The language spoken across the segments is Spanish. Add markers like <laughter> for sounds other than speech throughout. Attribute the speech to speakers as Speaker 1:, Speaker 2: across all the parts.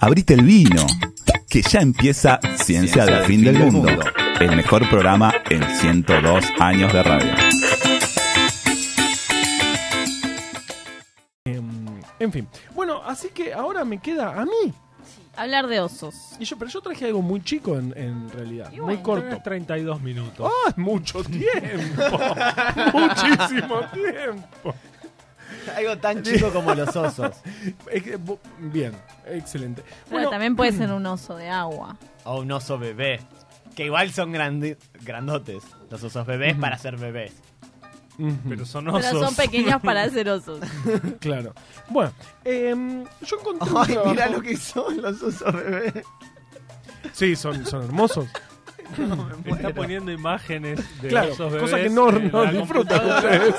Speaker 1: abrite el vino, que ya empieza Ciencia, del Fin del, mundo, el mejor programa en 102 años de radio.
Speaker 2: Em, en fin. Bueno, así que ahora me queda a mí.
Speaker 3: Hablar de osos.
Speaker 2: Y yo, pero yo traje algo muy chico en, en realidad.
Speaker 3: Y
Speaker 2: muy
Speaker 3: bueno.
Speaker 2: corto.
Speaker 4: Tenés 32 minutos.
Speaker 2: ¡Ah, es mucho tiempo! <laughs> Muchísimo tiempo.
Speaker 5: Algo tan chico como los osos.
Speaker 2: Es que, bu- Bien, excelente.
Speaker 3: Bueno, también
Speaker 2: <clears throat>
Speaker 3: puede ser un oso de agua.
Speaker 5: O un oso bebé. Que igual son grandi- grandotes. Los osos bebés para ser bebés.
Speaker 2: ujú.
Speaker 4: Pero son
Speaker 3: Pero
Speaker 4: osos.
Speaker 3: son
Speaker 2: <laughs>
Speaker 3: pequeños para ser osos.
Speaker 2: Claro. Bueno, em, yo encontré. un
Speaker 5: Ay,
Speaker 2: trabajo-
Speaker 5: mira lo que son los osos bebés.
Speaker 2: Sí, son, son hermosos.
Speaker 4: Está poniendo imágenes de
Speaker 2: claro,
Speaker 4: osos bebés.
Speaker 2: cosa que no,
Speaker 4: en
Speaker 2: no
Speaker 4: la
Speaker 2: disfrutan
Speaker 4: computadora.
Speaker 2: ustedes.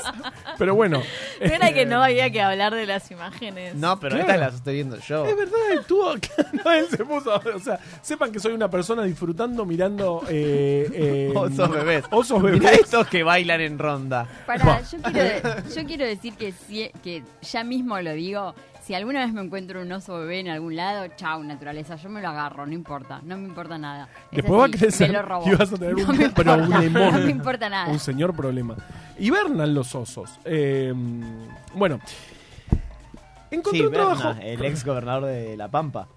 Speaker 2: Pero bueno.
Speaker 3: Pero era que no había que hablar de las imágenes.
Speaker 5: No, pero
Speaker 2: Claro.
Speaker 5: estas las estoy viendo yo.
Speaker 2: Es verdad, estuvo <laughs> No, él se puso. O sea, sepan que soy una persona disfrutando mirando. eh, eh,
Speaker 5: Osos bebés.
Speaker 2: Osos
Speaker 5: Mira
Speaker 2: bebés.
Speaker 5: estos que bailan en ronda.
Speaker 6: Pará, yo quiero, de- yo quiero decir que, si- que ya mismo lo digo. Si alguna vez me encuentro un oso bebé en algún lado, chau, naturaleza, yo me lo agarro, no importa, no me importa nada. Es
Speaker 2: Después va a
Speaker 6: así,
Speaker 2: crecer
Speaker 6: me lo robo.
Speaker 2: y vas a tener <laughs>
Speaker 6: No
Speaker 2: un
Speaker 6: me importa,
Speaker 2: problemón.
Speaker 6: <laughs> No me importa nada.
Speaker 2: Un señor problema. Hibernan los osos. Eh, bueno. Encontré
Speaker 5: Sí,
Speaker 2: un
Speaker 5: Berna,
Speaker 2: trabajo.
Speaker 5: el ex gobernador de La Pampa.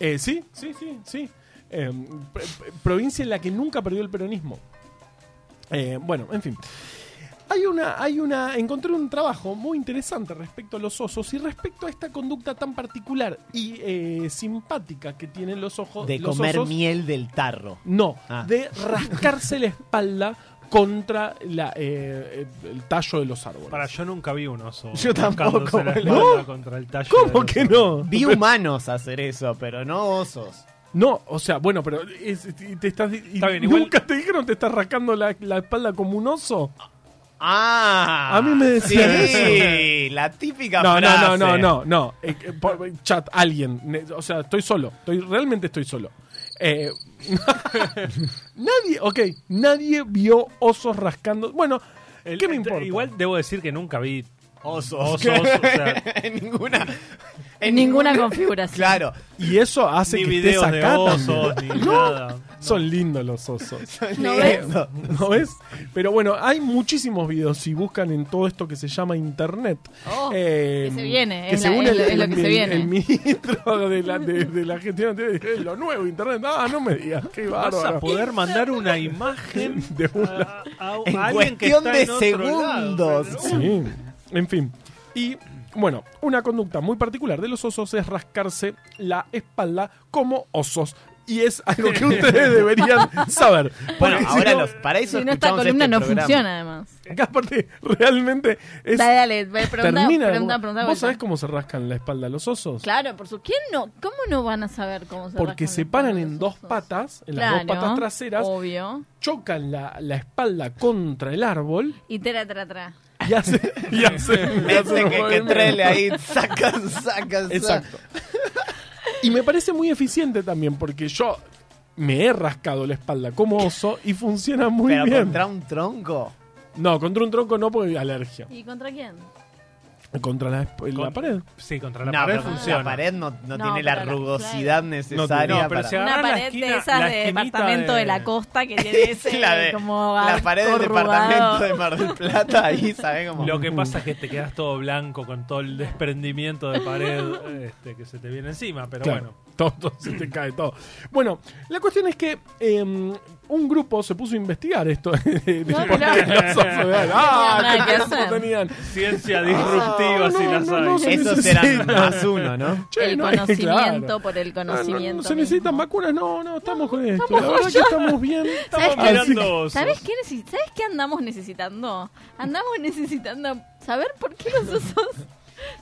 Speaker 2: Eh, sí, sí, sí, sí. Eh, pr- pr- provincia en la que nunca perdió el peronismo. Eh, bueno, en fin. Hay una, hay una, encontré un trabajo muy interesante respecto a los osos y respecto a esta conducta tan particular y eh, simpática que tienen los ojos
Speaker 5: De
Speaker 2: Oh, los
Speaker 5: comer
Speaker 2: osos.
Speaker 5: miel del tarro.
Speaker 2: No,
Speaker 5: Ah.
Speaker 2: de rascarse la espalda contra la, eh, eh, el tallo de los árboles.
Speaker 4: Para yo nunca vi un oso.
Speaker 5: Yo tampoco,
Speaker 4: buscándose la
Speaker 5: boludo.
Speaker 4: espalda Contra el tallo
Speaker 2: ¿Cómo
Speaker 4: del
Speaker 2: que
Speaker 4: oso.
Speaker 2: no?
Speaker 5: Vi humanos hacer eso, pero no osos.
Speaker 2: No, o sea, bueno, pero es- te te estás, y
Speaker 4: Está bien,
Speaker 2: nunca
Speaker 4: igual-
Speaker 2: te dijeron te estás rascando la, la espalda como un oso.
Speaker 5: Ah,
Speaker 2: A mí me decían
Speaker 5: sí, la típica
Speaker 2: No, no,
Speaker 5: frase.
Speaker 2: no, no, no, no. Eh, eh, por- chat, alguien. Ne- O sea, estoy solo. Estoy, realmente estoy solo. Eh, <laughs> nadie, ok, nadie vio osos rascando. Bueno,
Speaker 4: El-
Speaker 2: ¿qué me
Speaker 4: el-
Speaker 2: importa?
Speaker 4: Este, Igual debo decir que nunca vi
Speaker 5: Osos.
Speaker 4: osos. o sea,
Speaker 5: en <laughs> ninguna.
Speaker 3: En ninguna configuración.
Speaker 5: Claro.
Speaker 2: Y eso hace
Speaker 4: ni
Speaker 2: que estés
Speaker 4: videos de
Speaker 2: acá
Speaker 4: osos,
Speaker 2: también.
Speaker 4: ni nada.
Speaker 2: Son lindos los osos.
Speaker 3: <laughs> ¿No ves?
Speaker 5: Eso.
Speaker 2: <laughs> ¿No ves? Pero bueno, hay muchísimos videos si buscan en todo esto que se llama internet.
Speaker 3: Oh,
Speaker 2: Eh,
Speaker 3: que se viene,
Speaker 2: que
Speaker 3: es la-
Speaker 2: según
Speaker 3: es
Speaker 2: el,
Speaker 3: lo- es lo
Speaker 2: el-
Speaker 3: que se viene.
Speaker 2: el ministro de la, de, de la gestión anterior, es lo nuevo internet. Ah, no me digas, qué
Speaker 4: Vas a
Speaker 2: bárbaro.
Speaker 4: poder mandar
Speaker 2: <laughs>
Speaker 4: una imagen
Speaker 2: De una.
Speaker 4: a, a- a
Speaker 5: En
Speaker 4: alguien que
Speaker 5: cuestión
Speaker 4: está
Speaker 5: de
Speaker 4: en otro lado.
Speaker 5: segundos.
Speaker 2: Sí. En fin. Y bueno, una conducta muy particular de los osos es rascarse la espalda como osos. Y es algo que ustedes deberían saber.
Speaker 5: <laughs> Bueno,
Speaker 2: Porque si
Speaker 5: ahora
Speaker 2: no-
Speaker 5: los, para eso
Speaker 3: Si no, esta
Speaker 5: escuchamos
Speaker 3: columna
Speaker 5: este
Speaker 3: no
Speaker 5: programa.
Speaker 3: funciona, además.
Speaker 2: Acá aparte, realmente es...
Speaker 3: Dale, dale, ve, pregunta,
Speaker 2: termina...
Speaker 3: pregunta, pregunta,
Speaker 2: ¿Vos
Speaker 3: vuelta.
Speaker 2: sabés cómo se rascan la espalda los osos?
Speaker 3: Claro, por su... ¿Quién no? ¿Cómo no van a saber cómo se
Speaker 2: Porque
Speaker 3: rascan
Speaker 2: se
Speaker 3: los
Speaker 2: paran
Speaker 3: pelos
Speaker 2: en
Speaker 3: los
Speaker 2: dos
Speaker 3: osos?
Speaker 2: patas, en las dos
Speaker 3: Claro, Oh.
Speaker 2: patas traseras,
Speaker 3: Obvio.
Speaker 2: chocan la, la espalda contra el árbol
Speaker 3: Y tra, tra, tra.
Speaker 2: y
Speaker 3: <laughs>
Speaker 2: hacen... y hacen- y hacen
Speaker 5: Ese
Speaker 2: un
Speaker 5: que, que
Speaker 2: movimiento.
Speaker 5: trele ahí, sacan, sacan,
Speaker 2: Exacto. Y me parece muy eficiente también, porque yo me he rascado la espalda como oso y funciona muy
Speaker 5: Pero
Speaker 2: bien.
Speaker 5: contra un tronco.
Speaker 2: No, contra un tronco no, porque hay alergia.
Speaker 3: ¿Y contra quién?
Speaker 2: Contra la, esp- la
Speaker 4: Con-
Speaker 2: pared.
Speaker 4: Sí, contra la
Speaker 5: no,
Speaker 4: pared
Speaker 5: pero
Speaker 4: funciona.
Speaker 5: la pared no, no
Speaker 3: No,
Speaker 5: tiene la
Speaker 3: pero la-
Speaker 5: rugosidad necesaria
Speaker 4: No, pero
Speaker 5: para...
Speaker 4: se agarra
Speaker 3: Una
Speaker 4: la
Speaker 3: pared
Speaker 4: esquina-
Speaker 3: de
Speaker 4: la
Speaker 3: esas de
Speaker 4: esquinita
Speaker 3: departamento de...
Speaker 4: de-
Speaker 3: la costa <laughs>
Speaker 2: <laughs>
Speaker 3: que tiene ese
Speaker 5: la, de-
Speaker 3: como
Speaker 5: la
Speaker 3: ar-
Speaker 5: pared del
Speaker 3: corrugado.
Speaker 5: departamento de Mar del Plata, ahí, ¿sabes cómo?
Speaker 4: Lo que pasa es que te quedas todo blanco con todo el desprendimiento de pared este, que se te viene encima, pero
Speaker 2: Claro,
Speaker 4: bueno.
Speaker 2: <laughs> todo, todo se te cae todo. Bueno, la cuestión es que eh, un grupo se puso a investigar esto. <laughs> de- de
Speaker 3: No,
Speaker 2: por
Speaker 3: mirá.
Speaker 2: qué los osos de- ah,
Speaker 3: nada
Speaker 2: qué
Speaker 3: que
Speaker 2: tiempo
Speaker 3: hacer.
Speaker 2: tenían.
Speaker 4: Ciencia disruptiva
Speaker 2: Ah,
Speaker 4: si
Speaker 2: no,
Speaker 4: las
Speaker 2: no,
Speaker 4: hay.
Speaker 2: no, se
Speaker 5: Esos
Speaker 2: necesita.
Speaker 5: eran más uno,
Speaker 4: <laughs>
Speaker 5: ¿no?
Speaker 2: Che,
Speaker 3: el
Speaker 2: no, <laughs> eh,
Speaker 3: conocimiento
Speaker 2: claro.
Speaker 3: por
Speaker 2: No,
Speaker 3: el
Speaker 2: no, no,
Speaker 3: conocimiento.
Speaker 2: se necesitan
Speaker 3: mismo.
Speaker 2: vacunas, no, no, estamos con esto. La verdad que estamos bien.
Speaker 3: ¿Sabes
Speaker 2: Así
Speaker 3: qué?
Speaker 4: mirando osos.
Speaker 3: ¿Sabes qué, necesi- ¿Sabes qué andamos necesitando? Andamos <laughs> necesitando saber por qué los osos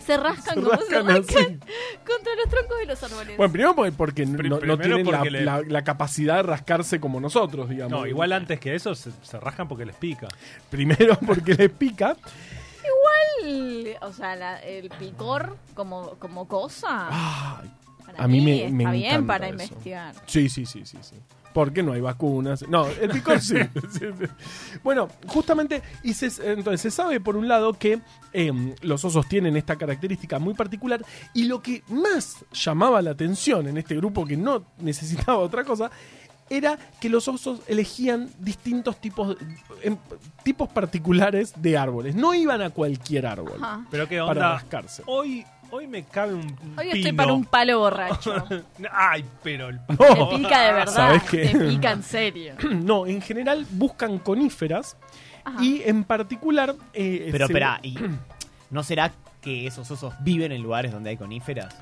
Speaker 3: se rascan
Speaker 2: Se
Speaker 3: como se
Speaker 2: rascan así.
Speaker 3: rascan <laughs> contra los troncos de los árboles.
Speaker 2: Bueno, primero porque, porque no-
Speaker 4: Pri-
Speaker 2: no,
Speaker 4: primero
Speaker 2: tienen la,
Speaker 4: porque le-
Speaker 2: la- la capacidad de rascarse como nosotros, digamos.
Speaker 4: No, igual antes que eso se, se rascan porque les pica.
Speaker 2: Primero porque les pica.
Speaker 3: El- o sea, la- el picor como, como cosa.
Speaker 4: Ah,
Speaker 2: Ay,
Speaker 3: A Para
Speaker 2: Ah, A mí
Speaker 3: mí
Speaker 2: me-
Speaker 3: está
Speaker 2: me
Speaker 3: bien
Speaker 2: encanta
Speaker 3: para
Speaker 2: eso.
Speaker 3: investigar.
Speaker 2: Sí, sí, sí, sí, sí. Porque no hay vacunas. No, el picor
Speaker 3: <laughs>
Speaker 2: sí. Sí, sí. Bueno, justamente, y se- entonces se sabe por un lado que em, los osos tienen esta característica muy particular y lo que más llamaba la atención en este grupo que no necesitaba otra cosa era que los osos elegían distintos tipos, em, tipos particulares de árboles. No iban a cualquier árbol
Speaker 3: Ajá.
Speaker 4: Pero qué
Speaker 2: para
Speaker 4: onda.
Speaker 2: rascarse.
Speaker 4: Hoy, hoy me cabe un.
Speaker 3: Hoy
Speaker 4: pino.
Speaker 3: estoy para un
Speaker 5: <laughs>
Speaker 3: palo borracho.
Speaker 4: <laughs> Ay, pero
Speaker 2: <laughs>
Speaker 4: el palo.
Speaker 2: No.
Speaker 3: Te pica de verdad.
Speaker 2: ¿Sabés qué?
Speaker 3: Te pica
Speaker 2: <laughs>
Speaker 3: en serio.
Speaker 2: No, en general buscan coníferas
Speaker 3: Ajá.
Speaker 2: y en particular... eh,
Speaker 5: Pero
Speaker 2: se-
Speaker 5: espera, ¿y ¿no será que esos osos viven en lugares donde hay coníferas?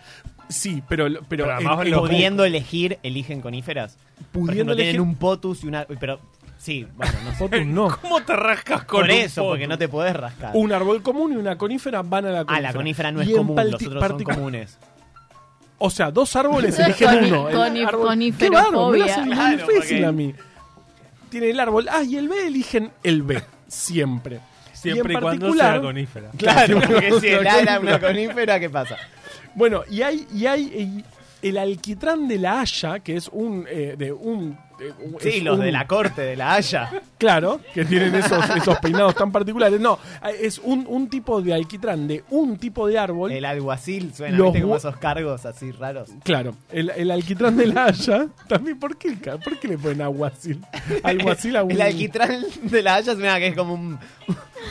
Speaker 2: Sí, pero... lo- pero,
Speaker 4: Pero
Speaker 2: en-
Speaker 4: además
Speaker 2: en-
Speaker 4: lo-
Speaker 2: <laughs>
Speaker 5: Pudiendo elegir, eligen coníferas. Por
Speaker 2: Pudiendo
Speaker 5: ejemplo,
Speaker 2: elegir-
Speaker 5: tienen un potus y una... uy, Pero sí, bueno, no sé.
Speaker 2: Potum no.
Speaker 4: ¿Cómo te rascas con
Speaker 5: Por
Speaker 4: un
Speaker 5: eso,
Speaker 4: poto?
Speaker 5: porque no te podés rascar.
Speaker 2: Un árbol común y una conífera van a la conífera.
Speaker 5: Ah, la conífera no
Speaker 2: Y
Speaker 5: es
Speaker 2: en
Speaker 5: común, los
Speaker 2: parti-
Speaker 5: otros son
Speaker 2: partic- <laughs>
Speaker 5: comunes.
Speaker 2: O sea, dos árboles
Speaker 3: Eso es
Speaker 2: eligen
Speaker 3: coni-
Speaker 2: uno. el
Speaker 3: coni-
Speaker 2: árbol- Qué
Speaker 3: coniferofobia.
Speaker 2: bárbaro, me lo hacen muy
Speaker 5: Claro,
Speaker 2: difícil
Speaker 5: porque-
Speaker 2: a mí. Tiene el árbol A y el B, eligen el B, siempre.
Speaker 4: Siempre y,
Speaker 2: en
Speaker 4: cuando
Speaker 2: particular-
Speaker 4: sea <laughs> conífera.
Speaker 5: Claro, porque si el ala es una conífera, ¿qué pasa?
Speaker 2: Bueno, y hay, y hay y el alquitrán de la Haya, que es un... eh, de un eh, un-
Speaker 5: Sí,
Speaker 2: es
Speaker 5: los
Speaker 2: un-
Speaker 5: de la corte, de la Haya.
Speaker 2: Claro, que tienen esos, esos peinados tan particulares. No, es un, un tipo de alquitrán de un tipo de árbol.
Speaker 5: El alguacil suena,
Speaker 2: Los
Speaker 5: ¿viste? Como
Speaker 2: bu-
Speaker 5: esos cargos así raros.
Speaker 2: Claro, el, el alquitrán de la Haya. También, ¿por qué, el ca- por qué le ponen aguacil? Alguacil a
Speaker 5: <laughs>
Speaker 2: un.
Speaker 5: El alquitrán de la Haya suena que es como un,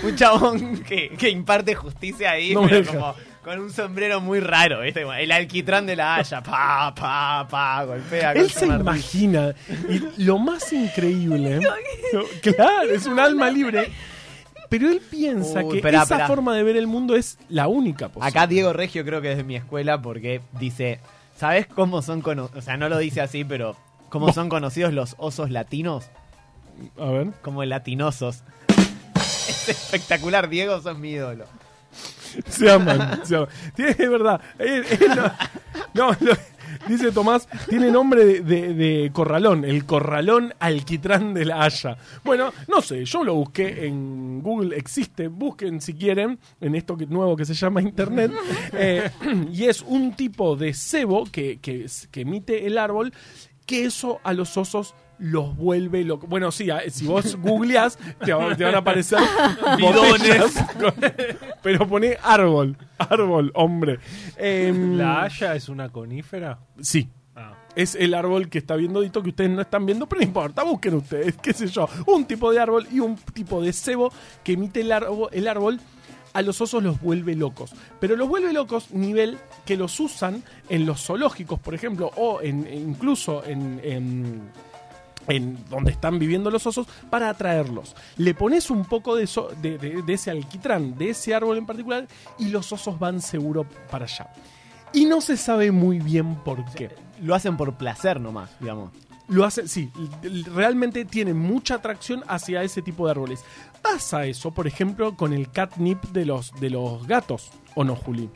Speaker 5: un chabón que, que imparte justicia ahí,
Speaker 2: No me
Speaker 5: pero
Speaker 2: deja.
Speaker 5: como con un sombrero muy raro, ¿viste? Como El alquitrán de la Haya, pa, pa, pa, golpea.
Speaker 2: Él
Speaker 5: golpea
Speaker 2: se
Speaker 5: Martín.
Speaker 2: imagina. Y lo más increíble. claro, es un alma libre. Pero él piensa
Speaker 5: Uy,
Speaker 2: que
Speaker 5: esperá,
Speaker 2: esa
Speaker 5: esperá.
Speaker 2: forma de ver el mundo es la única posible.
Speaker 5: Acá Diego Regio creo que es de mi escuela porque dice, ¿sabes cómo son conocidos? O sea, no lo dice así, pero ¿cómo son conocidos los osos latinos?
Speaker 2: A ver.
Speaker 5: Como latinosos. <laughs> Es espectacular, Diego, sos mi ídolo.
Speaker 2: Se aman, se aman. Tiene, es verdad. Él- él no, no, lo- dice Tomás, tiene nombre de, de- de corralón, el corralón alquitrán de la Haya. Bueno, no sé, yo lo busqué en Google, existe, busquen si quieren, en esto que, nuevo que se llama Internet. Eh, <clears throat> y es un tipo de cebo que, que, que emite el árbol, que eso a los osos los vuelve loco. Bueno, sí, a- si vos googleás, te, va- te van a aparecer <laughs>
Speaker 4: Bidones.
Speaker 2: botellas con- pero pone árbol, árbol, hombre. Em,
Speaker 4: ¿La haya es una conífera?
Speaker 2: Sí.
Speaker 4: Ah.
Speaker 2: Es el árbol que está viendo Dito que ustedes no están viendo, pero no importa, busquen ustedes, qué sé yo. Un tipo de árbol y un tipo de cebo que emite el, arbo- el árbol a los osos los vuelve locos. Pero los vuelve locos nivel que los usan en los zoológicos, por ejemplo, o en, e incluso en- en en donde están viviendo los osos para atraerlos. Le pones un poco de, eso- de- de- de ese alquitrán, de ese árbol en particular, y los osos van seguro para allá. Y no se sabe muy bien por qué.
Speaker 5: Lo hacen por placer nomás, digamos.
Speaker 2: Lo hacen, sí, l- realmente tienen mucha atracción hacia ese tipo de árboles. Pasa eso, por ejemplo, con el catnip de los, de los gatos, ¿o no, Juli?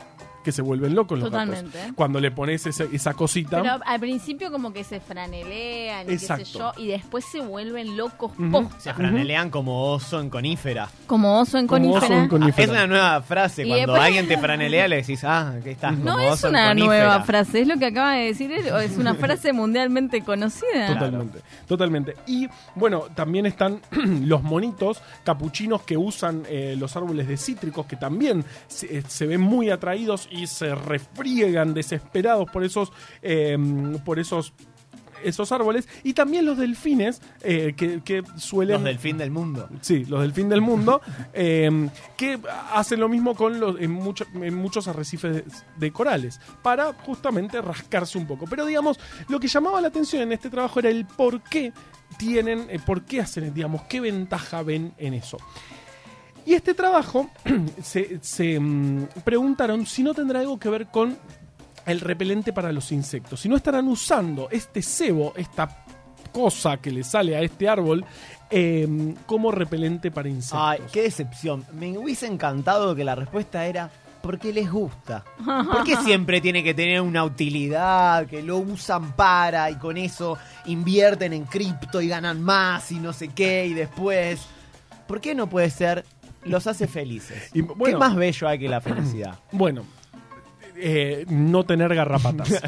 Speaker 2: Que se vuelven locos los
Speaker 3: Totalmente.
Speaker 2: gatos. Cuando le pones ese- esa cosita.
Speaker 3: Pero al principio como que se franelean, y qué sé
Speaker 2: Exacto.
Speaker 3: yo, y después se vuelven locos
Speaker 2: Ujú.
Speaker 3: posta.
Speaker 5: Se franelean como oso en conífera.
Speaker 3: Como oso en
Speaker 2: como oso
Speaker 3: conífera.
Speaker 2: en conífera.
Speaker 5: Ah, Es una nueva frase.
Speaker 3: Y
Speaker 5: Cuando
Speaker 3: después-
Speaker 6: <laughs>
Speaker 5: alguien te franelea, le decís, ah, que estás
Speaker 6: No
Speaker 5: como
Speaker 6: es
Speaker 5: oso en
Speaker 6: una
Speaker 5: conífera.
Speaker 6: nueva frase, es lo que acaba de decir él, o es una frase mundialmente conocida.
Speaker 2: Totalmente, totalmente. Y bueno, también están <clears throat> los monitos capuchinos que usan eh, los árboles de cítricos, que también se, eh, se ven muy atraídos y se refriegan desesperados por esos, eh, por esos, esos árboles. Y también los delfines, eh, que, que suelen...
Speaker 5: Los del fin del mundo.
Speaker 2: Sí, los del fin del mundo, <laughs> eh, que hacen lo mismo con los, en, mucho- en muchos arrecifes de, de corales, para justamente rascarse un poco. Pero digamos, lo que llamaba la atención en este trabajo era el por qué tienen, eh, por qué hacen, digamos, qué ventaja ven en eso. Y este trabajo <clears throat> se, se, mm, preguntaron si no tendrá algo que ver con el repelente para los insectos, si no estarán usando este cebo, esta cosa que le sale a este árbol, eh, como repelente para insectos.
Speaker 5: Ay, qué decepción. Me hubiese encantado que la respuesta era porque les gusta.
Speaker 6: <laughs>
Speaker 5: Porque siempre tiene que tener una utilidad, que lo usan para y con eso invierten en cripto y ganan más y no sé qué y después. ¿Por qué no puede ser? Los hace felices.
Speaker 2: Y, bueno.
Speaker 5: ¿Qué más bello hay que la felicidad?
Speaker 2: Bueno, eh, no tener garrapatas.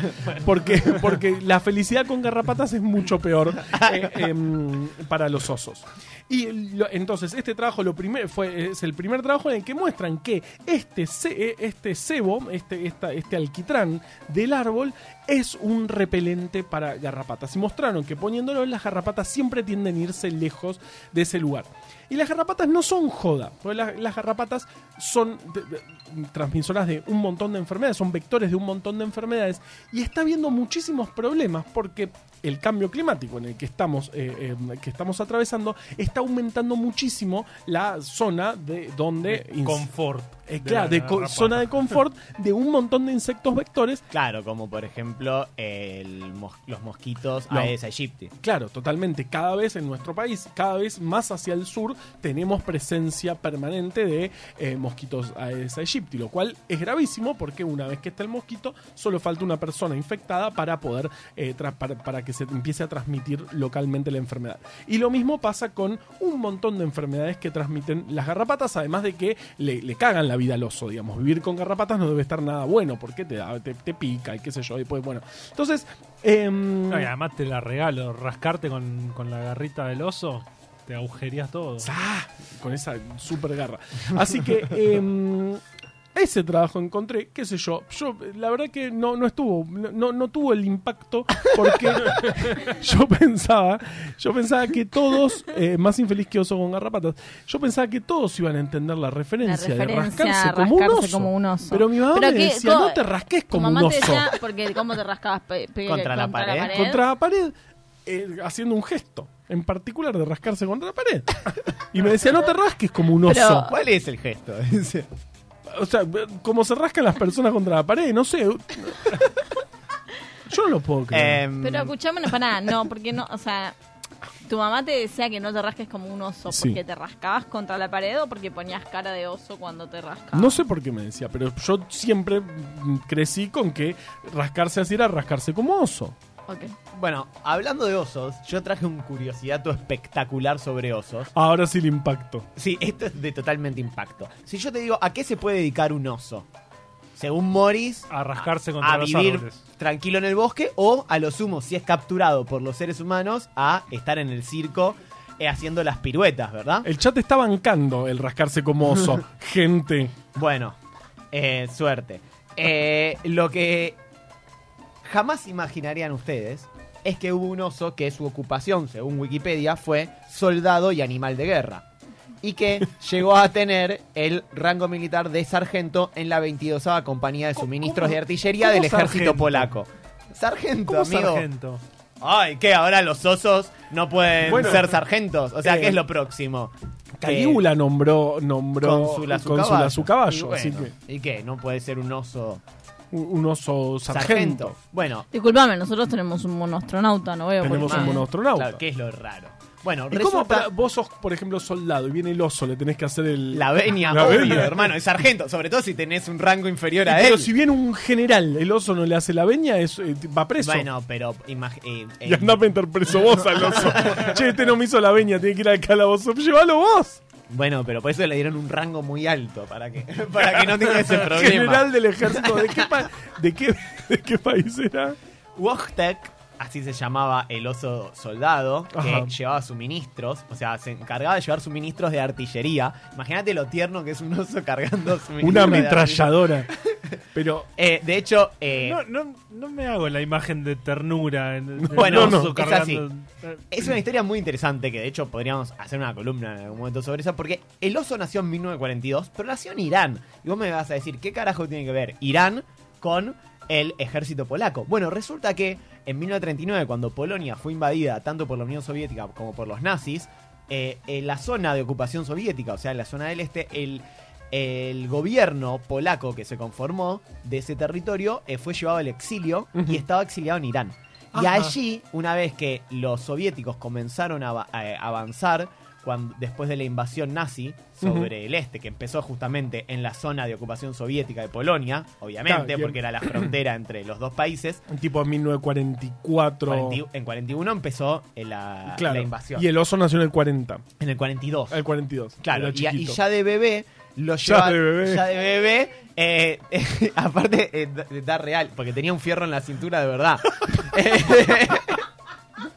Speaker 2: porque, porque la felicidad con garrapatas es mucho peor eh, em, para los osos. Y lo- entonces, este trabajo lo primer, fue, es el primer trabajo en el que muestran que este, ce- eh, este cebo, este, esta- este alquitrán del árbol, es un repelente para garrapatas. Y mostraron que poniéndolo las garrapatas siempre tienden a irse lejos de ese lugar. Y las garrapatas no son joda, porque las, las garrapatas son de- de- transmisoras de un montón de enfermedades, son vectores de un montón de enfermedades, y está habiendo muchísimos problemas porque el cambio climático en el que estamos, eh, eh, que estamos atravesando está aumentando muchísimo la zona de donde... ins-
Speaker 4: confort.
Speaker 2: eh, claro, de,
Speaker 4: la
Speaker 2: co-
Speaker 4: garrapata.
Speaker 2: zona de confort de un montón de insectos vectores
Speaker 5: Claro, como por ejemplo el mos- los mosquitos
Speaker 2: No.
Speaker 5: Aedes aegypti.
Speaker 2: Claro, totalmente. Cada vez en nuestro país, cada vez más hacia el sur, tenemos presencia permanente de eh, mosquitos Aedes aegypti, lo cual es gravísimo porque una vez que está el mosquito, solo falta una persona infectada para poder, eh, tra- para, para que se empiece a transmitir localmente la enfermedad. Y lo mismo pasa con un montón de enfermedades que transmiten las garrapatas, además de que le, le cagan la vida al oso, digamos. Vivir con garrapatas no debe estar nada bueno porque te, da- te, te pica y qué sé yo. Y pues, bueno, entonces... em,
Speaker 4: No, y además te la regalo. Rascarte con, con la garrita del oso, te agujerías todo.
Speaker 2: ¡Zah! Con esa super garra. Así que em, ese trabajo encontré, qué sé yo. Yo, eh, la verdad que no, no estuvo, no- no, no tuvo el impacto porque <laughs> yo pensaba, yo pensaba que todos, eh, más infeliz que oso con garrapatas, yo pensaba que todos iban a entender la referencia, de
Speaker 3: referencia a
Speaker 2: rascarse, como, un
Speaker 3: rascarse
Speaker 2: oso.
Speaker 3: como un oso.
Speaker 2: Pero mi mamá
Speaker 3: Pero
Speaker 2: me
Speaker 3: que
Speaker 2: decía,
Speaker 3: co-
Speaker 2: no te rasques
Speaker 3: Tu
Speaker 2: como un
Speaker 3: mamá
Speaker 2: oso.
Speaker 3: te decía, porque cómo te rascabas pe- pe-
Speaker 5: Contra la pared.
Speaker 2: contra la pared eh, haciendo un gesto, en particular de rascarse contra la pared. Y me decía, no te rasques como un oso.
Speaker 3: Pero-
Speaker 4: Ah.
Speaker 5: ¿Cuál es el gesto? <laughs>
Speaker 2: O sea, como se rascan las personas contra la pared, no sé. Yo no lo puedo creer.
Speaker 5: Em,
Speaker 3: Pero escuchame una parada, no, porque no, o sea, tu mamá te decía que no te rasques como un oso,
Speaker 2: Sí.
Speaker 3: porque te rascabas contra la pared o porque ponías cara de oso cuando te rascabas.
Speaker 2: no sé por qué me decía, pero yo siempre mm, crecí con que rascarse así era rascarse como oso.
Speaker 3: Ok.
Speaker 5: bueno, hablando de osos, yo traje un curiosidad espectacular sobre osos.
Speaker 2: Ahora sí el impacto.
Speaker 5: Sí, esto es de totalmente impacto. Si yo te digo, ¿a qué se puede dedicar un oso? Según Morris,
Speaker 4: A rascarse contra
Speaker 5: a
Speaker 4: los
Speaker 5: vivir
Speaker 4: árboles.
Speaker 5: tranquilo en el bosque o a lo sumo, si es capturado por los seres humanos, a estar en el circo eh, haciendo las piruetas, ¿verdad?
Speaker 2: El chat está bancando el rascarse como oso. <laughs> Gente.
Speaker 5: Bueno, eh, suerte. Eh, lo que jamás imaginarían ustedes es que hubo un oso que su ocupación, según Wikipedia, fue soldado y animal de guerra. Y
Speaker 4: <laughs>
Speaker 5: que llegó a tener el rango militar de sargento en la 22 Compañía de Suministros de Artillería
Speaker 4: cómo
Speaker 5: del Ejército
Speaker 4: sargento?
Speaker 5: Polaco. Sargento,
Speaker 4: ¿Cómo
Speaker 5: amigo.
Speaker 4: sargento?
Speaker 5: Ay, ¿qué? Ahora los osos no pueden
Speaker 2: Bueno,
Speaker 5: ser sargentos. O sea,
Speaker 2: eh,
Speaker 5: ¿qué es lo próximo?
Speaker 4: eh,
Speaker 2: Calígula nombró, nombró
Speaker 5: Consula su
Speaker 2: cónsula
Speaker 5: caballo.
Speaker 2: a su caballo.
Speaker 5: Y, bueno,
Speaker 2: Así que
Speaker 5: ¿y qué? No puede ser un oso
Speaker 2: un, un oso sargento.
Speaker 5: sargento. Bueno,
Speaker 3: Disculpame, nosotros tenemos un monostronauta, no veo
Speaker 2: Tenemos
Speaker 3: por qué.
Speaker 2: un monoastronauta.
Speaker 5: Claro, que es lo raro. Bueno,
Speaker 2: ¿Y cómo
Speaker 5: resulta
Speaker 2: para- vos sos, por ejemplo, soldado y viene el oso? Le tenés que hacer el.
Speaker 5: la venia,
Speaker 2: La
Speaker 5: obvio,
Speaker 2: venia.
Speaker 5: hermano, es sargento, sobre todo si tenés un rango inferior a
Speaker 2: Y, pero
Speaker 5: él.
Speaker 2: si viene un general, el oso no le hace la veña, es, eh, va preso.
Speaker 5: Bueno, pero imag- eh, eh,
Speaker 2: Y andá a meter preso vos al oso. che, este no me hizo la veña, tiene que ir al calabozo. Llévalo vos.
Speaker 5: bueno, pero por eso le dieron un rango muy alto para que <laughs> para que no tenga
Speaker 2: <laughs>
Speaker 5: ese problema.
Speaker 2: General del ejército. ¿De qué, pa- de qué, de qué país era?
Speaker 5: Wojtek, así se llamaba el oso soldado que
Speaker 2: Ajá.
Speaker 5: llevaba suministros, o sea, se encargaba de llevar suministros de artillería. Imagínate lo tierno que es un oso cargando suministros.
Speaker 2: <laughs> Una
Speaker 5: de artillería.
Speaker 2: ametralladora. Pero.
Speaker 5: Eh, de hecho, eh,
Speaker 4: No, no, no me hago la imagen de ternura. en- del
Speaker 5: Bueno,
Speaker 4: oso
Speaker 5: no, es
Speaker 4: cargando- Eh,
Speaker 5: Es una historia muy interesante que de hecho podríamos hacer una columna en algún momento sobre eso porque el oso nació en 1942, pero nació en Irán. Y vos me vas a decir, ¿qué carajo tiene que ver Irán con el ejército polaco? Bueno, resulta que en 1939, cuando Polonia fue invadida tanto por la Unión Soviética como por los nazis, eh, en la zona de ocupación soviética, o sea, en la zona del este, el, el gobierno polaco que se conformó de ese territorio eh, fue llevado al exilio y estaba exiliado en Irán. Y
Speaker 2: Ajá.
Speaker 5: allí, una vez que los soviéticos comenzaron a, ava- a- a avanzar, cuando, después de la invasión nazi sobre el este, que empezó justamente en la zona de ocupación soviética de Polonia, obviamente,
Speaker 2: Claro, y-
Speaker 5: porque era la frontera entre los dos países,
Speaker 2: Tipo en 1944.
Speaker 5: 40 en 41 empezó eh, la,
Speaker 2: claro.
Speaker 5: la invasión.
Speaker 2: Y el oso nació en el 40.
Speaker 5: en el 42.
Speaker 2: El 42.
Speaker 5: Claro,
Speaker 2: Era
Speaker 5: y, y
Speaker 2: chiquito.
Speaker 5: ya de bebé lo
Speaker 2: Ya
Speaker 5: lleva.
Speaker 2: de bebé.
Speaker 5: ya de bebé Eh, <laughs> eh, aparte, eh, da, da real, porque tenía un fierro en la cintura de verdad. <laughs>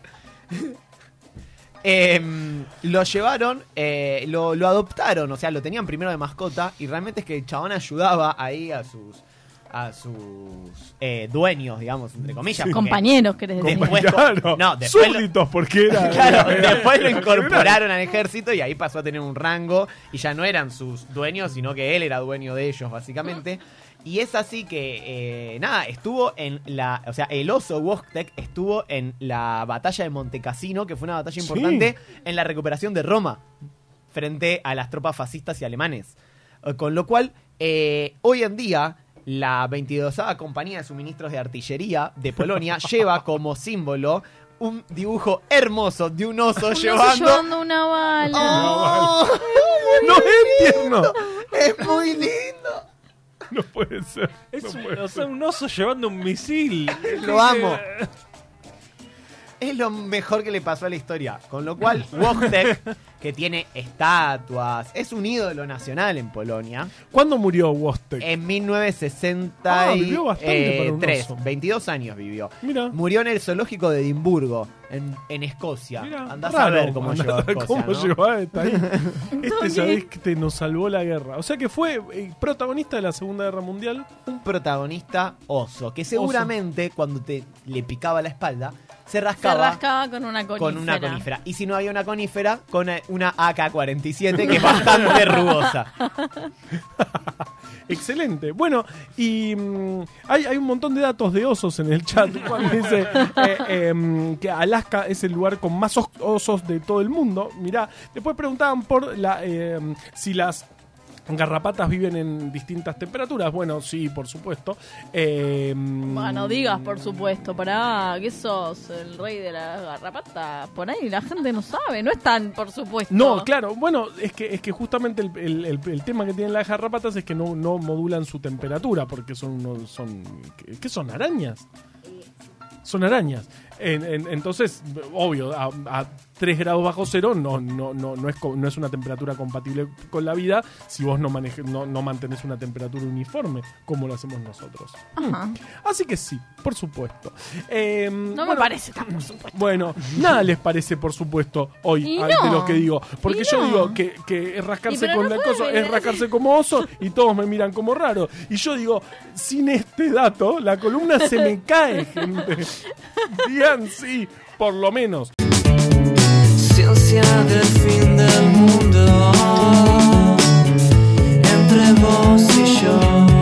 Speaker 5: Em, lo llevaron, eh, lo, lo adoptaron, o sea, lo tenían primero de mascota y realmente es que el chabón ayudaba ahí a sus a sus eh, dueños, digamos, entre comillas. porque
Speaker 3: Ah, Compañeros, querés decir.
Speaker 5: Después-
Speaker 2: Claro,
Speaker 5: no, después lo-
Speaker 2: súbditos, porque
Speaker 5: <laughs>
Speaker 2: era.
Speaker 5: Claro,
Speaker 2: era-
Speaker 5: después lo
Speaker 2: era-
Speaker 5: incorporaron al ejército y ahí pasó a tener un rango y ya no eran sus dueños, sino que él era dueño de ellos, básicamente. Y es así que, eh, nada, estuvo en la. O sea, el oso Woztek estuvo en la batalla de Montecassino, que fue una batalla importante en la recuperación de Roma frente a las tropas fascistas y alemanes. Eh, Con lo cual, eh, hoy en día, la 22 Compañía de Suministros de Artillería de
Speaker 2: <laughs>
Speaker 5: Polonia lleva como símbolo un dibujo hermoso de un
Speaker 2: <laughs>
Speaker 5: oso
Speaker 3: Un oso
Speaker 5: llevando... <laughs>
Speaker 3: llevando una bala.
Speaker 2: este
Speaker 5: ¡Oh!
Speaker 2: No es tierno.
Speaker 5: ¡Es muy lindo!
Speaker 2: No puede ser.
Speaker 4: Es
Speaker 2: no
Speaker 4: un,
Speaker 2: puede
Speaker 4: o sea,
Speaker 2: ser.
Speaker 4: un oso llevando un misil.
Speaker 5: Lo amo. Es lo mejor que le pasó a la historia. Con lo cual, Wojtek, que tiene estatuas, es un ídolo nacional en Polonia.
Speaker 2: ¿Cuándo murió Wostek?
Speaker 5: En
Speaker 2: Ah, vivió
Speaker 5: 1963,
Speaker 2: bastante para un oso.
Speaker 5: 22 años vivió.
Speaker 2: Mira.
Speaker 5: Murió en el zoológico de Edimburgo, en, en Escocia.
Speaker 2: Mira,
Speaker 5: Andás
Speaker 2: raro,
Speaker 5: a ver cómo
Speaker 2: andá
Speaker 5: llegó a
Speaker 2: a ver
Speaker 5: Escocia,
Speaker 2: cómo
Speaker 5: ¿no?
Speaker 2: llegó hasta ahí. Este,
Speaker 3: Entonces-
Speaker 2: sabés que te nos salvó la guerra. O sea que fue eh, protagonista de la Segunda Guerra Mundial.
Speaker 5: Un protagonista oso, que seguramente cuando te le picaba la espalda, se
Speaker 3: Se
Speaker 5: rascaba,
Speaker 3: rascaba con una conífera.
Speaker 5: con una conífera. Y si no había una conífera, con eh, una AK-47, que es
Speaker 2: <laughs>
Speaker 5: bastante rugosa.
Speaker 2: Excelente. Bueno, y mm, hay, hay un montón de datos de osos en el chat. Juan dice eh, eh, mm, que Alaska es el lugar con más os- osos de todo el mundo. Mirá, después preguntaban por la, eh, si las garrapatas viven en distintas temperaturas. Bueno, sí, por supuesto. Eh, mm,
Speaker 3: Bueno, digas, por supuesto, pará, que sos el rey de la garrapata. Por ahí la gente no sabe, no es tan, por supuesto.
Speaker 2: No, claro, bueno, es que, es que justamente el, el- el- el tema que tienen las garrapatas es que no, no modulan su temperatura, porque son, unos- son ¿qué- ¿qué son? ¿Arañas? Son arañas. En- en- entonces, obvio, a, a 3 grados bajo cero no, no, no, no, es, co- no es una temperatura compatible con la vida si vos no, maneje, no, no mantenés una temperatura uniforme como lo hacemos nosotros.
Speaker 3: Ajá.
Speaker 2: Así que sí, por supuesto. Eh,
Speaker 3: No me
Speaker 2: bueno,
Speaker 3: parece tan, por supuesto.
Speaker 2: bueno, nada les parece, por supuesto, hoy
Speaker 3: Y
Speaker 2: a- de
Speaker 3: no.
Speaker 2: lo que digo. Porque
Speaker 3: Y
Speaker 2: yo
Speaker 3: no.
Speaker 2: digo que, que
Speaker 3: Y
Speaker 2: rascarse
Speaker 3: pero
Speaker 2: con
Speaker 3: no
Speaker 2: la
Speaker 3: puede
Speaker 2: cosa
Speaker 3: venir.
Speaker 2: es
Speaker 3: <laughs>
Speaker 2: rascarse como oso y todos me miran como raro. Y yo digo, sin este dato, la columna se
Speaker 3: <laughs>
Speaker 2: me cae, gente. Digan sí, por lo menos.
Speaker 7: Ciencia del fin del mundo entre vos y yo.